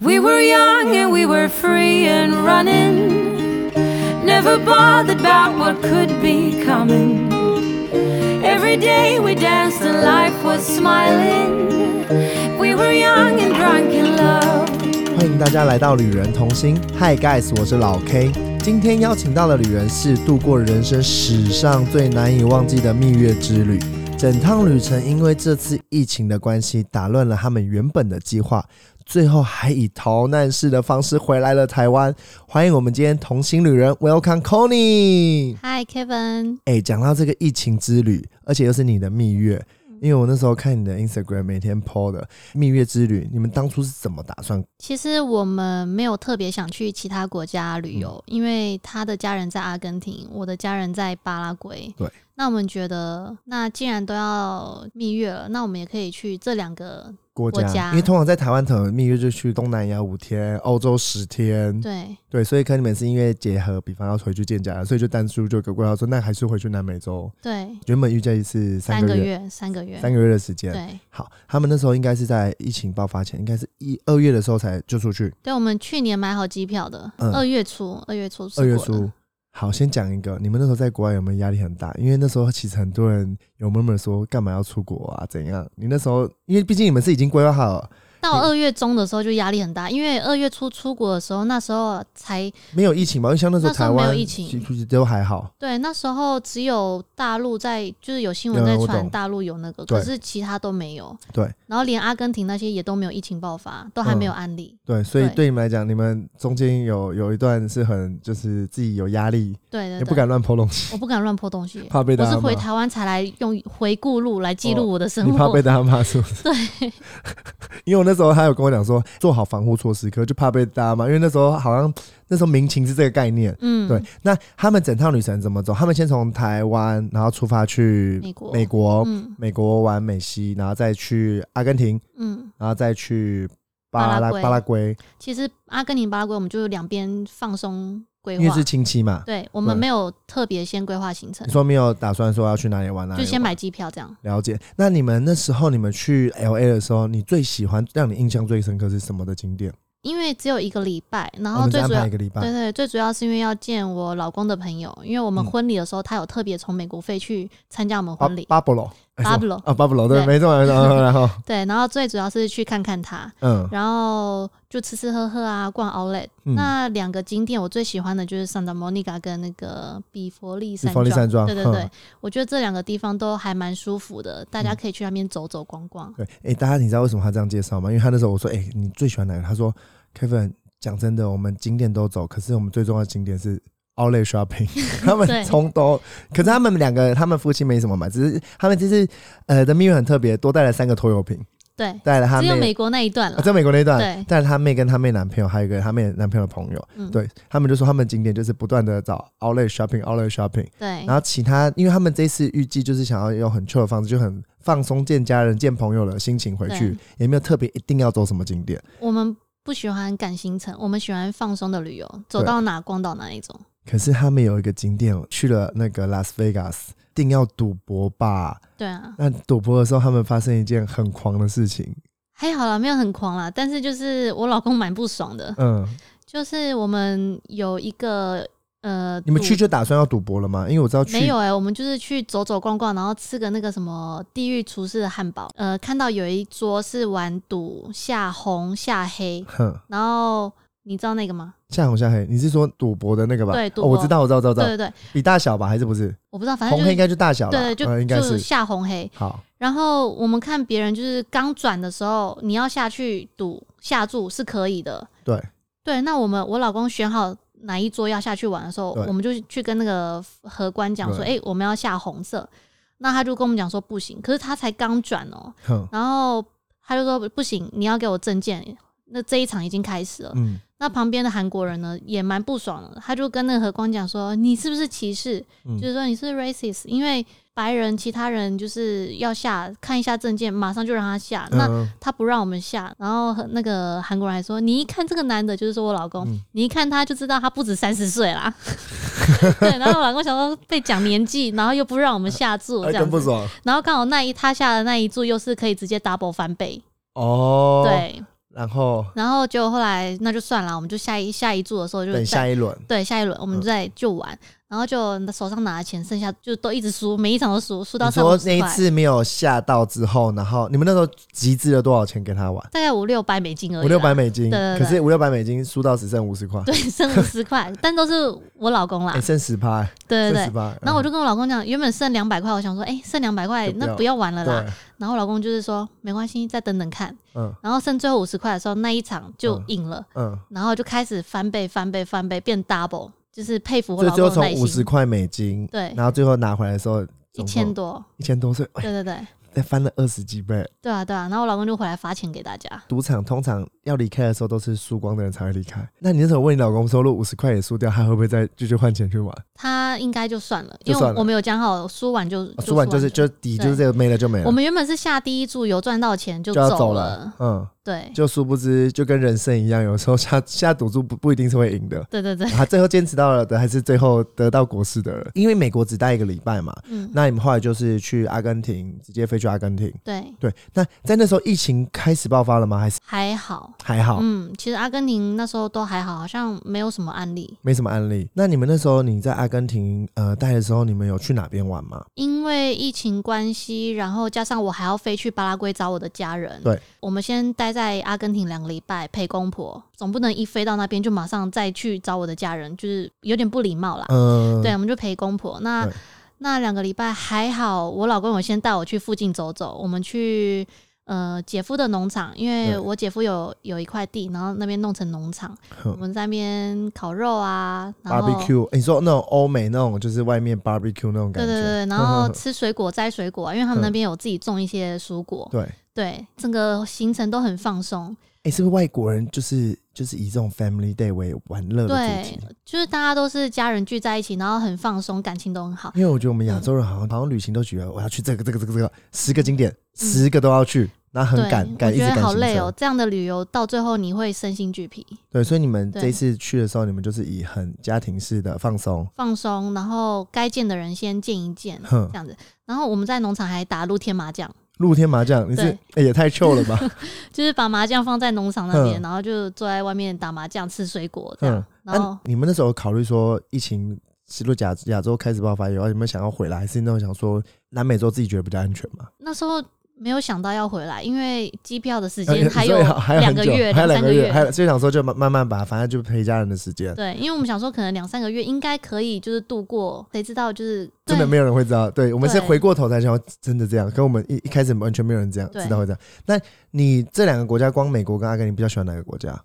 We were young and we were free and running. Never bothered about what could be coming. Every day we danced and life was smiling. We were young and drunk in love. 欢迎大家来到旅人同心。Hi guys，我是老 K。今天邀请到的旅人是度过人生史上最难以忘记的蜜月之旅。整趟旅程因为这次疫情的关系，打乱了他们原本的计划，最后还以逃难式的方式回来了台湾。欢迎我们今天同行旅人，Welcome Connie。嗨，Kevin，哎、讲到这个疫情之旅，而且又是你的蜜月，因为我那时候看你的 Instagram 每天 PO 的蜜月之旅，你们当初是怎么打算？其实我们没有特别想去其他国家旅游，嗯因为他的家人在阿根廷，我的家人在巴拉圭。对，那我们觉得，那既然都要蜜月了，那我们也可以去这两个。国国家因为通常在台湾可能蜜月就去东南亚五天，欧洲十天，对，对，所以可能你们是因为结合，比方要回去见家人，所以就单数就给规划说，那还是回去南美洲。对，原本预计是三三个个月，月，三个月，三个月的时间。对，好，他们那时候应该是在疫情爆发前，应该是一二月的时候才就出去，对，我们去年买好机票的，嗯二、月初，二月初出二国的，月初。好，先讲一个，你们那时候在国外有没有压力很大？因为那时候其实很多人有闷闷说干嘛要出国啊，怎样？你那时候因为毕竟你们是已经规划好了，到二月中的时候就压力很大，因为二月初出国的时候，那时候才没有疫情嘛，因为像那时候那时候台没有湾疫情其实都还好，对，那时候只有大陆在，就是有新闻嗯在我传懂大陆有那个，对可是其他都没有。对，然后连阿根廷那些也都没有疫情爆发，都还没有嗯案例。对，所以对对你们来讲，你们中间有有一段是很就是自己有压力，对对也对，不敢乱抛东 西，我不敢乱泼东西。怕被我大是家骂哦回。台湾才来用回顾录来记录我的你生怕活。被大家骂是不是？ 对， 因为我那时候他有跟我讲说做好防护措施，可是就怕被大家骂，因为那时候好像那时候民情是这个概念。嗯，对，那他们整趟旅程怎么走？他们先从台湾，然后出发去美国美国，嗯美国玩美西，然后再去阿根廷，嗯，然后再去巴巴拉拉圭巴拉圭，其实阿根廷、巴拉圭，我们就两边放松规因为划是。亲戚嘛。对，我们对没有特别先规划行程你，说没有打算说要去哪里玩哪里就玩？先买机票这样。了解。那你们那时候你们去 L A 的时候，你最喜欢让你印象最深刻是什么的景点？因为只有一个礼拜，然我哦后们只最安主要排一个礼拜对，对，最主要是因为要见我老公的朋友，因为我们嗯婚礼的时候，他有特别从美国飞去参加我们巴婚礼。巴布罗，哎什么 Pablo 啊，巴布罗对，对没错没错。 然后，对，然后最主要是去看看他，嗯然后就吃吃喝喝啊，逛 Outlet。嗯，那两个景点我最喜欢的就是 Santa Monica 跟那个比佛利比山佛庄。利山庄，对对哼嗯对，我觉得这两个地方都还蛮舒服的，大家可以去那边走走逛逛。对，哎、大家你知道为什么他这样介绍吗？因为他那时候我说，哎、你最喜欢哪个？他说，Kevin，讲真的，我们景点都走，可是我们最重要的景点是 Outlet Shopping。他 们对从头，可是他们两个，他们夫妻没什么买，只是他们就是呃的蜜月很特别，多带了三个拖油瓶，对，带了他只有美妹。国那一段了啊，。在美国那一段对，带了他妹跟他妹男朋友，还有一个他妹男朋友的朋友，嗯，对他们就说他们景点就是不断的找 outlet shopping outlet shopping，对然后其他，因为他们这次预计就是想要用很 chill 的方式，就很放松见家人、见朋友的心情回去对，也没有特别一定要走什么景点。我们不喜欢赶行程，我们喜欢放松的旅游，走到哪逛到哪一种。可是他们有一个景点去了那个 Las Vegas，一定要赌博吧？对啊，那赌博的时候，他们发生一件很狂的事情。还好啦，没有很狂啦，但是就是我老公蛮不爽的，嗯，就是我们有一个呃，你们去赌就打算要赌博了吗？因为我知道去没有哎、我们就是去走走逛逛，然后吃个那个什么地狱厨师的汉堡。呃，看到有一桌是玩赌下红下黑，哼，然后你知道那个吗？夏红夏黑，你是说赌博的那个吧？对赌哦，我博知道，我知道，我知道，我知对道，对对，比大小吧，还是不是？我不知道，反正红就黑是应该就大小吧，对，就、嗯应该就是下红黑，好，然后我们看别人就是刚转的时候，你要下去赌下注是可以的。对对，那我们我老公选好哪一桌要下去玩的时候对，我们就去跟那个荷官讲说，哎、对我们要下红色。那他就跟我们讲说不行，可是他才刚转哦，哼，然后他就说不行，你要给我证件。那这一场已经开始了，嗯，那旁边的韩国人呢也蛮不爽的，他就跟那个何光讲说：“你是不是歧视？嗯就是说你是 racist，因为白人其他人就是要下看一下证件，马上就让他下，那嗯他不让我们下。然后和那个韩国人还说：你一看这个男的，就是说我老公，嗯你一看他就知道他不止三十岁 啦。对，然后我老公想说被讲年纪，然后又不让我们下注这哎更样不子，爽然后刚好那一他下的那一注又是可以直接 double 翻倍，哦，对。然后然后就后来那就算了，我们就下一下一注的时候就等再下一轮，对下一轮我们再就玩，然后就手上拿的钱剩下就都一直输，每一场都输，输到你上说五十那一块，次没有下到之后，然后你们那时候集资了多少钱给他玩？大概五六百美金而已啦，五六百美金，对对可是五六百美金输到只剩五十块，对，剩五十块，但都是我老公啦 哎，，剩十趴，欸对对剩十对。趴。然后我就就跟我老公讲，原本剩两百块，我想说，哎、剩两百块嗯就，不要那不要玩了啦。对，然后我老公就是说，没关系，再等等看。嗯然后剩最后五十块的时候，那一场就赢了，嗯，然后就开始翻倍、翻倍、翻倍，变 double，就是佩服我所以老最后公的从耐五十心。块美金，对，然后最后拿回来的时候，一千多，一千多，所以对对对，再翻了二十几倍。对啊对啊。然后我老公就回来发钱给大家，赌场通常要离开的时候都是输光的人才会离开。那你那时候问你老公收入五十块也输掉，他会不会再继续换钱去玩？他应该就算了，就因为算了啊我们有讲好，输完就哦输完就是输就底就是这个没了就没我了，们原本是下第一注有赚到钱就就要走了。嗯，对就殊不知就跟人生一样，有时候下下赌注不不一定是会赢的。对对对，他最后坚持到了的，还是最后得到国士的人？因为美国只待一个礼拜嘛，嗯，那你们后来就是去阿根廷，直接飞去阿根廷。对，对，那在那时候疫情开始爆发了吗？还是还好。还好，嗯，其实阿根廷那时候都还好，好像没有什么案例。没什么案例。那你们那时候你在阿根廷呃待的时候，你们有去哪边玩吗？因为疫情关系，然后加上我还要飞去巴拉圭找我的家人，对，我们先待在阿根廷两个礼拜陪公婆，总不能一飞到那边就马上再去找我的家人，就是有点不礼貌啦。嗯，对，我们就陪公婆。那对那两个礼拜还好，我老公有先带我去附近走走，我们去。呃，姐夫的农场，因为对我姐夫有有一块地，然后那边弄成农场，哼我们在那边烤肉啊，然后嗯 barbecue，、欸你说那种欧美那种，就是外面 barbecue 那种感对觉，对对，然后吃水果摘水果啊，因为他们那边有自己种一些蔬 果，对，哎、对，整个行程都很放松，是不是外国人就是就是以这种 family day 为玩乐的主对题？，就是大家都是家人聚在一起，然后很放松，感情都很好。因为我觉得我们亚洲人好像、好像旅行都觉得我要去这个这个这个这个十个景点，十个都要去，然后很嗯对，赶赶，我一直觉得赶好行累程哦，。这样的旅游到最后你会身心俱疲，对，所以你们对这一次去的时候，你们就是以很家庭式的放松，放松，然后该见的人先见 一见，哼这，样子。然后我们在农场还打露天麻将， 露天麻将，你是、对欸也太 chill 了吧？就是把麻将放在农场那边，嗯然后就坐在外面打麻将、吃水果这样嗯，。然后啊、你们那时候考虑说疫情是不是亚亚洲开始爆发以后，有没有想要回来？还是那种想说南美洲自己觉得比较安全嘛？那时候没有想到要回来，因为机票的时呃间所还以有还有两很个久月、还有两两三个个月，还有月。就想说就慢慢慢吧，反正就陪家人的时间，对，因为我们想说可能两三个月应该可以，就是度过，谁知道就是真的没有有人会知道。对我们是对回过头才想说真的这样，跟我们一一开始完全没有人这样对知道会这样。那你这两个国家，光美国跟阿根廷，比较喜欢哪个国家？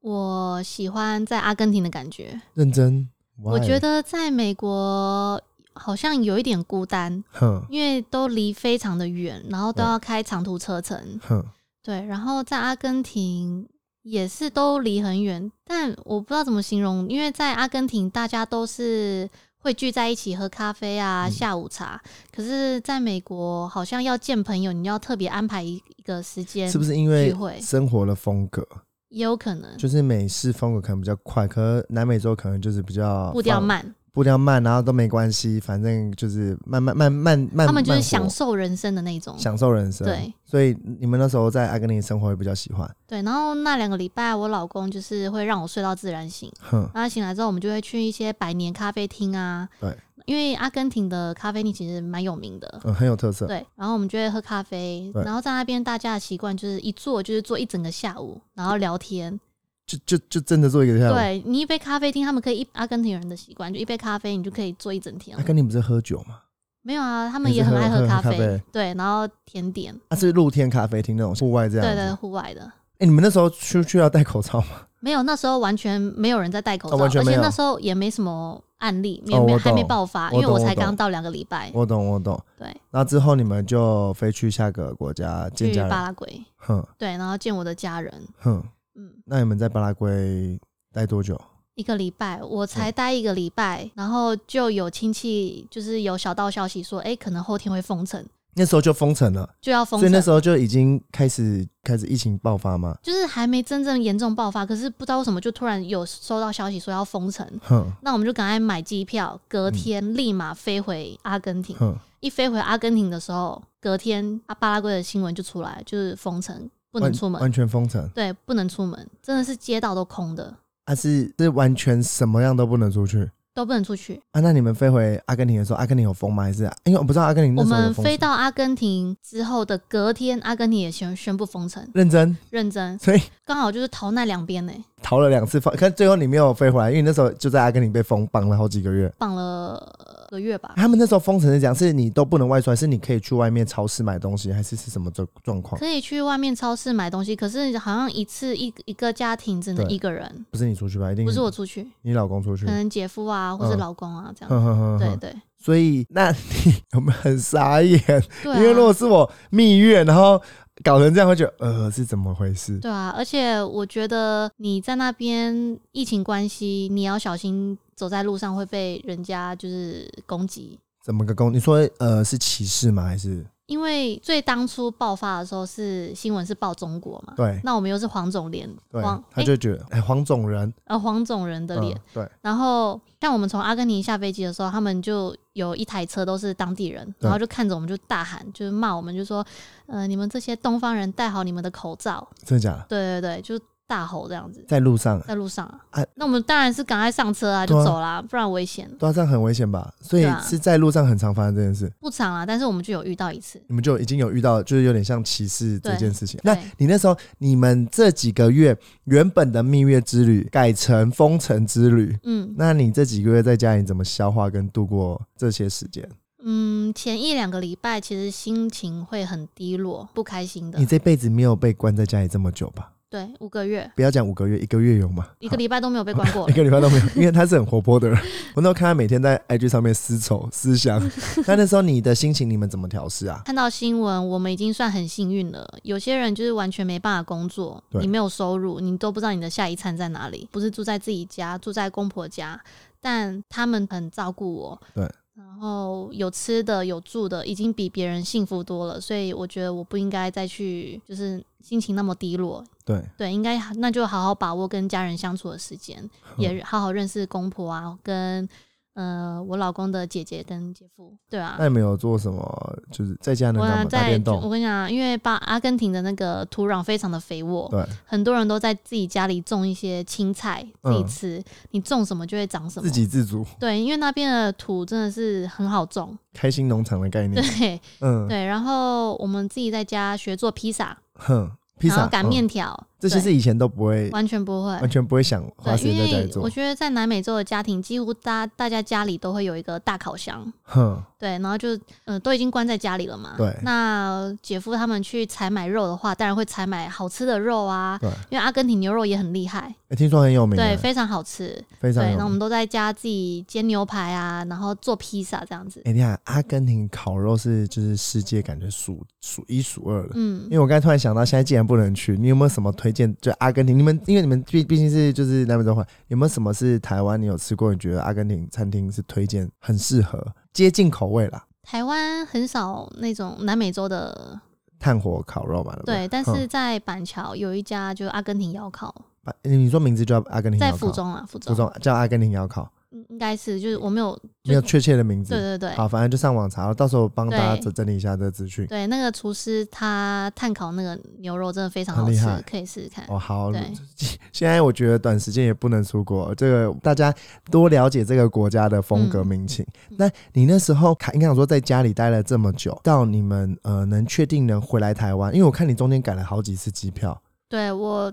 我喜欢在阿根廷的感觉，认真，我 Why？觉得在美国好像有一点孤单，哼因为都离非常的远，然后都对要开长途车程。哼，对，然后在阿根廷也是都离很远，但我不知道怎么形容，因为在阿根廷大家都是会聚在一起喝咖啡啊、嗯下午茶，可是在美国好像要见朋友，你要特别安排一一个时间，是不是？是因为嗯聚会生活的风格，也有可能就是美式风格可能比较快，可是南美洲可能就是比较步调放，慢，步调慢，然后都没关系，反正就是慢慢慢慢慢慢，他们就是慢活享受人生的那种。享受人生。对所以你们那时候在阿根廷生活也比较喜欢，对，然后那两个礼拜，我老公就是会让我睡到自然醒，哼，然后醒来之后，我们就会去一些百年咖啡厅啊。对，因为阿根廷的咖啡厅其实蛮有名的。嗯，很有特色。对，然后我们就会喝咖啡，对然后在那边大家的习惯就是一坐就是坐一整个下午，然后聊天。就就就真的做一个下午。对你一杯咖啡厅，他们可以一阿根廷人的习惯，就一杯咖啡你就可以坐一整天阿了。根廷不是喝酒吗？没有啊，他们也也是很喝爱喝喝咖咖啡，啡对，然后甜点，它、啊是露天咖啡厅那种户外这对样子。对，户外的。哎、你们那时候去去要戴口罩吗？没有，那时候完全没有人在戴口罩，哦完全而没有且那时候也没什么案例，没哦没我还没懂爆发，我因为我懂我才懂刚到两个礼拜，我懂，我懂。对，那之后你们就飞去下个国家见去家巴人。拉圭，哼对，然后见我的家人，哼，嗯，那你们在巴拉圭待多久？一个礼拜，我嗯才待一个礼拜，然后就有亲戚就是有小道消息说，哎、可能后天会封城，那时候就封城了，就要封所以城，那时候就已经开始开始疫情爆发嘛。就是还没真正严重爆发，可是不知道为什么就突然有收到消息说要封城，哼那我们就赶快买机票，隔天立马飞回阿根廷。嗯哼，一飞回阿根廷的时候，隔天阿巴拉圭的新闻就出来，就是封城，不哦能出门，完全封城，对，不能出门，真的是街道都空的，啊是是完全什么样都不能出去都不能出去。啊？那你们飞回阿根廷的时候，阿根廷有封吗？还是因为我不知道阿根廷那我时候有们封飞到阿根廷之后的隔天，阿根廷也宣宣布封城，认真， 认真，所以刚好就是逃难两边呢，逃了两次封，看最后你没有飞回来，因为那时候就在阿根廷被封绑了好几个月。啊绑了个月吧。他们那时候封城是讲，是你都不能外出，还是你可以去外面超市买东西，还是是什么状状况？可以去外面超市买东西，可是好像一次一一个家庭只能对嗯一个人，不是你出去吧？一定不是我，出去，你老公出去可。能姐夫啊，或是嗯老公啊这样。哼哼哼对哼，对所以那你我们很傻眼，对、啊，因为如果是我蜜月，然后搞成这样，会觉得呃是怎么回事？对啊，而且我觉得你在那边疫情关系，你要小心走在路上会被人家就是攻击，怎么个公？你说呃是歧视吗？还是因为最当初爆发的时候是新闻是报中国嘛，对那我们又是黄种脸，哎对黄，他诶就觉得哎、黄种人呃黄种人的嗯脸，对，然后像我们从阿根廷下飞机的时候，他们就有一台车都是当地人，对然后就看着我们就大喊，就是骂我们，就说呃你们这些东方人戴好你们的口罩，真的假的？对对对，就大吼这样子。在路上在路上啊。啊那我们当然是赶快上车啊，就对啊走啦，不然危险。对啊，这样很危险吧？所以对啊是在路上很常发生这件事，不长啊，但是我们就有遇到一次。你们就已经有遇到，就是有点像歧视这件事情。对那你那时候，你们这几个月原本的蜜月之旅改成封城之旅，嗯那你这几个月在家里怎么消化跟度过这些时间？嗯，前一两个礼拜其实心情会很低落，不开心的你。这辈子没有被关在家里这么久吧？对，五个月，不要讲五个月，一个月有吗？一个礼拜都没有被关过一。个礼拜都没有，因为他是很活泼的 人。我那时候看他每天在 IG 上面思愁思想，那那时候你的心情你们怎么调试啊？看到新闻，我们已经算很幸运了。有些人就是完全没办法工作，对你没有收入，你都不知道你的下一餐在哪里。不是住在自己家，住在公婆家，但他们很照顾我。对。然后有吃的有住的，已经比别人幸福多了，所以我觉得我不应该再去就是心情那么低落，对，对，应该那就好好把握跟家人相处的时间，也好好认识公婆啊，跟呃我老公的姐姐跟姐夫，对啊，那你们有做什么？就是在家能我干嘛？想打在电就我动。跟你讲，啊因为巴阿根廷的那个土壤非常的肥沃，对，很多人都在自己家里种一些青菜自己嗯吃，你种什么就会长什么自。给自足，对，因为那边的土真的是很好种，开心农场的概念。对 嗯，对。然后我们自己在家学做披萨，哼，披然萨、后擀嗯面条，这些对是以前都不会，完全不会。完全不会想花时对，间在因家里为做我。觉得在南美洲的家庭，几乎大大家家里都会有一个大烤箱，哼，对，然后就呃都已经关在家里了嘛。对那姐夫他们去采买肉的话，当然会采买好吃的肉啊，对，因为阿根廷牛肉也很厉害，欸听说很有名对，欸，非常好吃。非常对，有那我名们。都在家自己煎牛排啊，然后做披萨这样子。哎，你看阿根廷烤肉是就是世界感觉数数一数二的。嗯因，为我刚才突然想到，现在既然不能去，你有没有什么推荐？就阿根廷，你们因为你们毕毕竟是就是南美洲话，有没有什么是台湾你有吃过？你觉得阿根廷餐厅是推荐很适合接近口味啦？台湾很少那种南美洲的，炭火烤肉嘛，对不对，对？但嗯是在板桥有一家就是阿根廷窑烤，把你说名字叫阿根廷在窑烤府中啊，府附中，中叫阿根廷窑烤，嗯应该是就是我没有，就没有确切的名对字。对对，好，反正就上网查，到时候帮大家对整整理一下这个资讯。对，那个厨师他炭烤那个牛肉真的非常很好厉吃害，可以试试看。哦，好，对 现在我觉得短时间也不能出国，这个大家多了解这个国家的风格嗯民情。那你那时候，应该想说在家里待了这么久，到你们呃能确定能回来台湾，因为我看你中间改了好几次机票，对我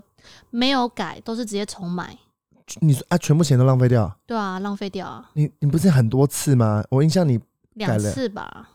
没有改，都是直接重买。你说啊，全部钱都浪费掉，对啊，浪费掉啊，你你不是很多次吗？我印象你改两了次吧。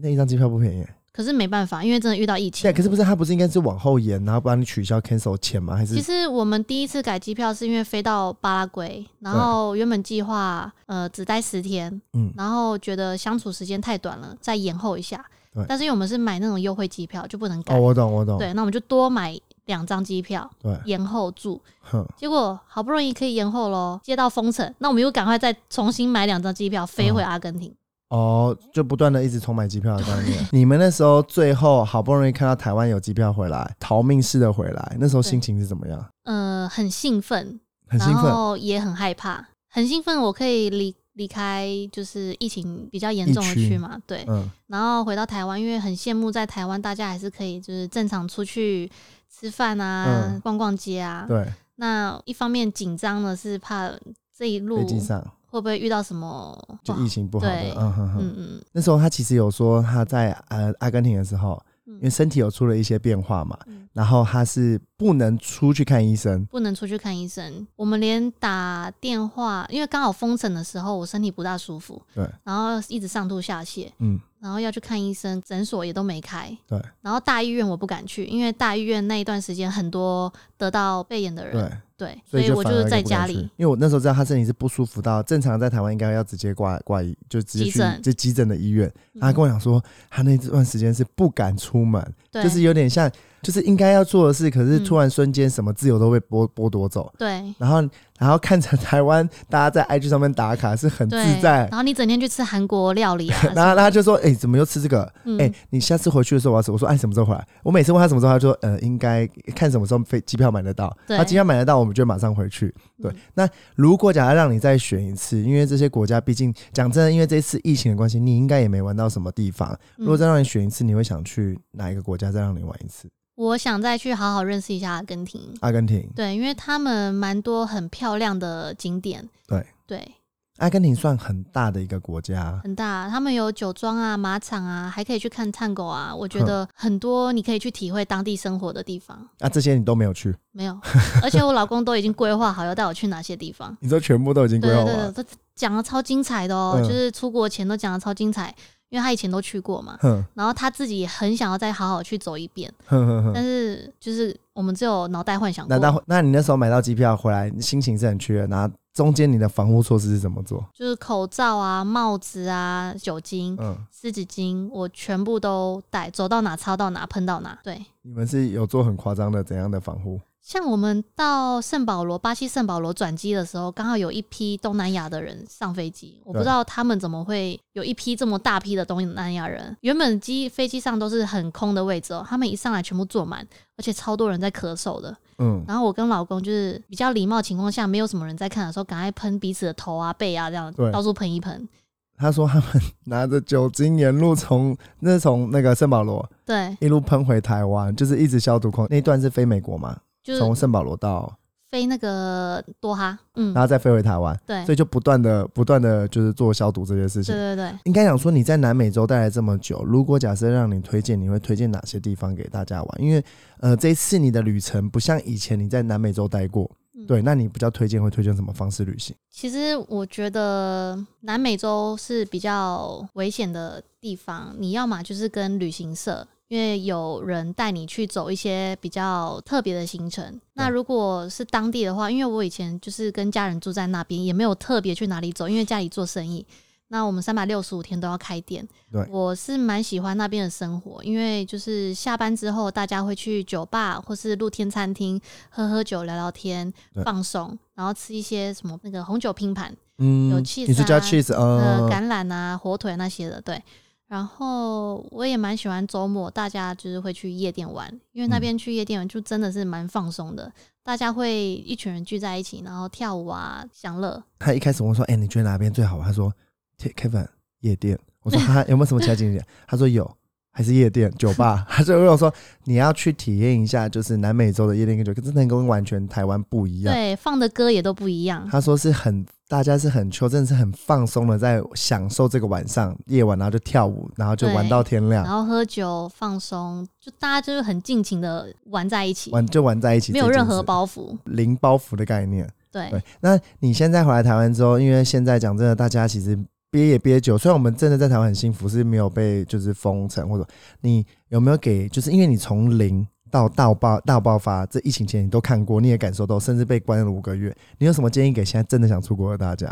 那一张机票不便宜，可是没办法，因为真的遇到疫对，情。可是不是他不是应该是往后延，然后帮你取消 cancel 钱吗？还是其实我们第一次改机票是因为飞到巴拉圭，然后原本计划呃只待十天，嗯然后觉得相处时间太短了，再延后一下对。但是因为我们是买那种优惠机票，就不能改。哦，我懂我懂，对，那我们就多买两张机票，对，延后住。哼，结果好不容易可以延后喽，接到封城，那我们又赶快再重新买两张机票飞嗯回阿根廷。哦，就不断的一直重买机票的概念。 你们那时候最后好不容易看到台湾有机票回来，逃命似的回来，那时候心情是怎么样？呃，很兴奋，很兴然奋，后也很害怕，很兴奋，我可以离离开就是疫情比较严重的疫区区嘛，对，嗯，然后回到台湾，因为很羡慕在台湾大家还是可以就是正常出去。吃饭啊、嗯逛逛街啊。对，那一方面紧张呢，是怕这一路飞机上会不会遇到什么不就好？疫情不好的哦对，嗯哼哼。嗯嗯那时候他其实有说他在呃阿根廷的时候，因为嗯，身体有出了一些变化嘛，嗯然后他是不能出去看医生，不能出去看医生。我们连打电话，因为刚好封城的时候，我身体不大舒服，对，然后一直上吐下泻，嗯，然后要去看医生，诊所也都没开。对然后大医院我不敢去，因为大医院那一段时间很多得到肺炎的人，对，对，所所以以就我反就而是在不敢家去里，因为我那时候知道他身体是不舒服到正常，在台湾应该要直接挂挂医，就直接急去诊嗯就急诊的医院。他跟我讲说，他那段时间是不敢出门，对，嗯就是有点像，就是应该要做的事，可是突然瞬间什么自由都被剥剥夺走。对。然后，然后看着台湾大家在 IG 上面打卡是很自对，在，然，后你整天去吃韩国料理啊 然后他就说：“哎、怎么又吃这个？哎、嗯你下次回去的时候我要吃。”我说：“哎、什么时候回来？”我每次问他什么时候，他就说：“呃，应该看什么时候飞机票买得到。对嗯他机票买得到，我们就马上回去。”对。那如果假如让你再选一次，因为这些国家毕竟讲真的，因为这次疫情的关系，你应该也没玩到什么地方。如嗯果再让你选一次，你会想去哪一个国家再让你玩一次？我想再去好好认识一下阿根廷。阿根廷，对，因为他们蛮多很漂亮的景点。对对，阿根廷算很大的一个国家。啊很大，他们有酒庄啊、马场啊，还可以去看探狗啊。我觉哼得很多你可以去体会当地生活的地方。啊，这些你都没有去，没有，而且我老公都已经规划好要带我去哪些地方。你说全部都已经规对划对完对，了。都讲的超精彩的哦、嗯就是出国前都讲的超精彩，因为他以前都去过嘛。哼然后他自己也很想要再好好去走一遍，哼哼哼。但是就是我们只有嗯脑袋幻想过那，那那你那时候买到机票回来，你心情是很缺的。那中间你的防护措施是怎么做？就是口罩啊、帽子啊、酒精、嗯，湿纸巾，我全部都带，走到哪擦到哪，喷到哪。对，你们是有做很夸张的怎样的防护？像我们到圣保罗，巴西圣保罗转机的时候，刚好有一批东南亚的人上飞机，我不对知道他们怎么会有一批这么大批的东南亚人。原本机飞机上都是很空的位置哦，他们一上来全部坐满，而且超多人在咳嗽的。嗯，然后我跟老公就是比较礼貌情况下，没有什么人在看的时候，赶快喷彼此的头啊、背啊，这样对到处喷一喷。他说他们拿着酒精沿路从那从那个圣保罗对，一路喷回台湾，就是一直消毒空。那一段是飞美国嘛，就是从圣保罗到，飞那个多哈，嗯然，后再飞回台湾，对，所对以就不断的不断的就是做消毒这些事情。对对。应该讲说你在南美洲待了这么久，如果假设让你推荐，你会推荐哪些地方给大家玩？因为呃，这一次你的旅程不像以前你在南美洲待过，嗯对，那你比较推荐会推荐什么方式旅行？其实我觉得南美洲是比较危险的地方，你要么就是跟旅行社，因为有人带你去走一些比较特别的行程。那如果是当地的话，因为我以前就是跟家人住在那边，也没有特别去哪里走，因为家里做生意。那我们三百六十五天都要开店对，我是蛮喜欢那边的生活，因为就是下班之后大家会去酒吧或是露天餐厅喝喝酒、聊聊天，对放松，然后吃一些什么那个红酒拼盘，嗯，有 cheese 啊你是叫 cheese，呃，呃，橄榄啊、火腿那些的，对。然后我也蛮喜欢周末，大家就是会去夜店玩，因为那嗯边去夜店就真的是蛮放松的，大家会一群人聚在一起，然后跳舞啊、享乐。他一开始问我说，哎、你觉得哪边最好玩？他说，Ke-，Kevin 夜店。我说他有没有什么其他景点？他说有，还是夜店、酒 吧。他就跟我说，你要去体验一下，就是南美洲的夜店跟酒，真的跟完全台湾不一样。对，放的歌也都不一样。他说是很，大家是很秋，真的是很放松的，在享受这个晚上夜晚，然后就跳舞，然后就玩对到天然亮，后喝酒放松，就大家就是很尽情的玩在一起，玩就玩在一起，没有这件任何事包袱。零包袱的概念。对，对，那你现在回来台湾之后，因为现在讲真的，大家其实憋也憋久，虽然我们真的在台湾很幸福，是没有被就是封城，或者你有没有给，就是因为你从零。到大爆大爆发，这疫情前你都看过，你也感受到，甚至被关了五个月。你有什么建议给现在真的想出国的大家？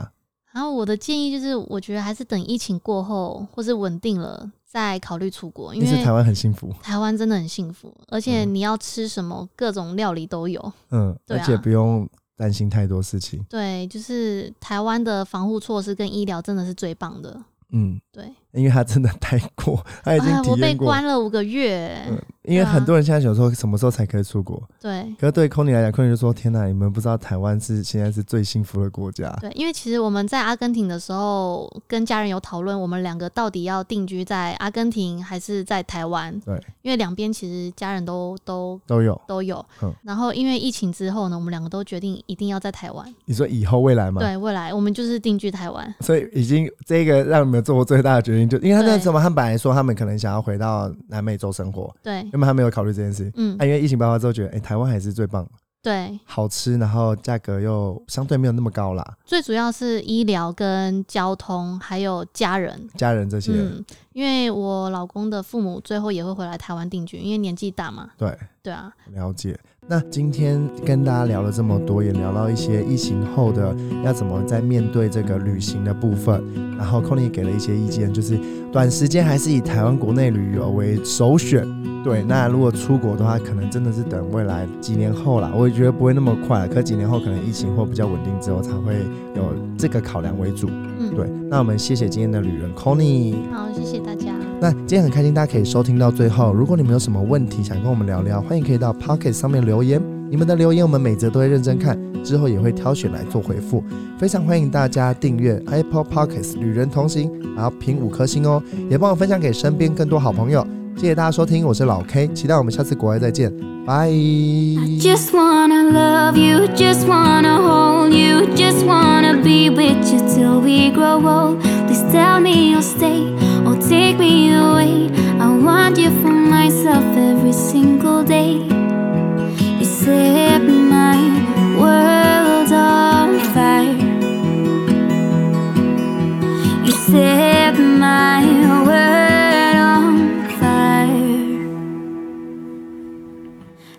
然后我的建议就是，我觉得还是等疫情过后或是稳定了再考虑出国，因因为为台湾很幸福，台湾真的很幸福，而且嗯你要吃什么各种料理都有。嗯，对而啊且不用担心太多事情。对，就是台湾的防护措施跟医疗真的是最棒的。嗯，对，哎、因为他真的待过， 他已经哎，体 我被验过。关了五个月，嗯因为很多人现在想说什么时候才可以出国，对。啊可是对空尼来讲，空尼就说：“天哪，你们不知道台湾是现在是最幸福的国家。对，因为其实我们在阿根廷的时候，跟家人有讨论，我们两个到底要定居在阿根廷还是在台湾？对，因为两边其实家人都都”都有，都有。嗯然后因为疫情之后呢，我们两个都决定一定要在台湾。你说以后未来吗？对，未来我们就是定居台湾。所以已经这个让你们做过最大的决定，就因为他那对时候他们本来说他们可能想要回到南美洲生活，对，原本他没有考虑这件事，嗯那、，因为疫情爆发之后觉得，哎、台湾还是最棒，对，好吃，然后价格又相对没有那么高啦，最主要是医疗跟交通，还有家人。家人这些，嗯，因为我老公的父母最后也会回来台湾定居，因为年纪大嘛。对，对啊，了解。那今天跟大家聊了这么多，也聊到一些疫情后的要怎么在面对这个旅行的部分，然后 c o n y 给了一些意见，就是短时间还是以台湾国内旅游为首选。对，那如果出国的话，可能真的是等未来几年后啦，我也觉得不会那么快，可几年后可能疫情或比较稳定之后才会有这个考量为主。嗯，对，那我们谢谢今天的旅人 c o n y 好，谢谢大家，那今天很开心，大家可以收听到最后。如果你们有什么问题想跟我们聊聊，欢迎可以到 Pocket 上面留言。你们的留言我们每则都会认真看，之后也会挑选来做回复。非常欢迎大家订阅 Apple Pockets 旅人同行，然后评五颗星哦，也帮我分享给身边更多好朋友。谢谢大家收听，我是老 K，期待我们下次国外再见，拜。 Just wanna love you, just wanna hold you, just wanna be with you till we grow old. Please tell me you'll stay or take me away. I want you for myself every single day.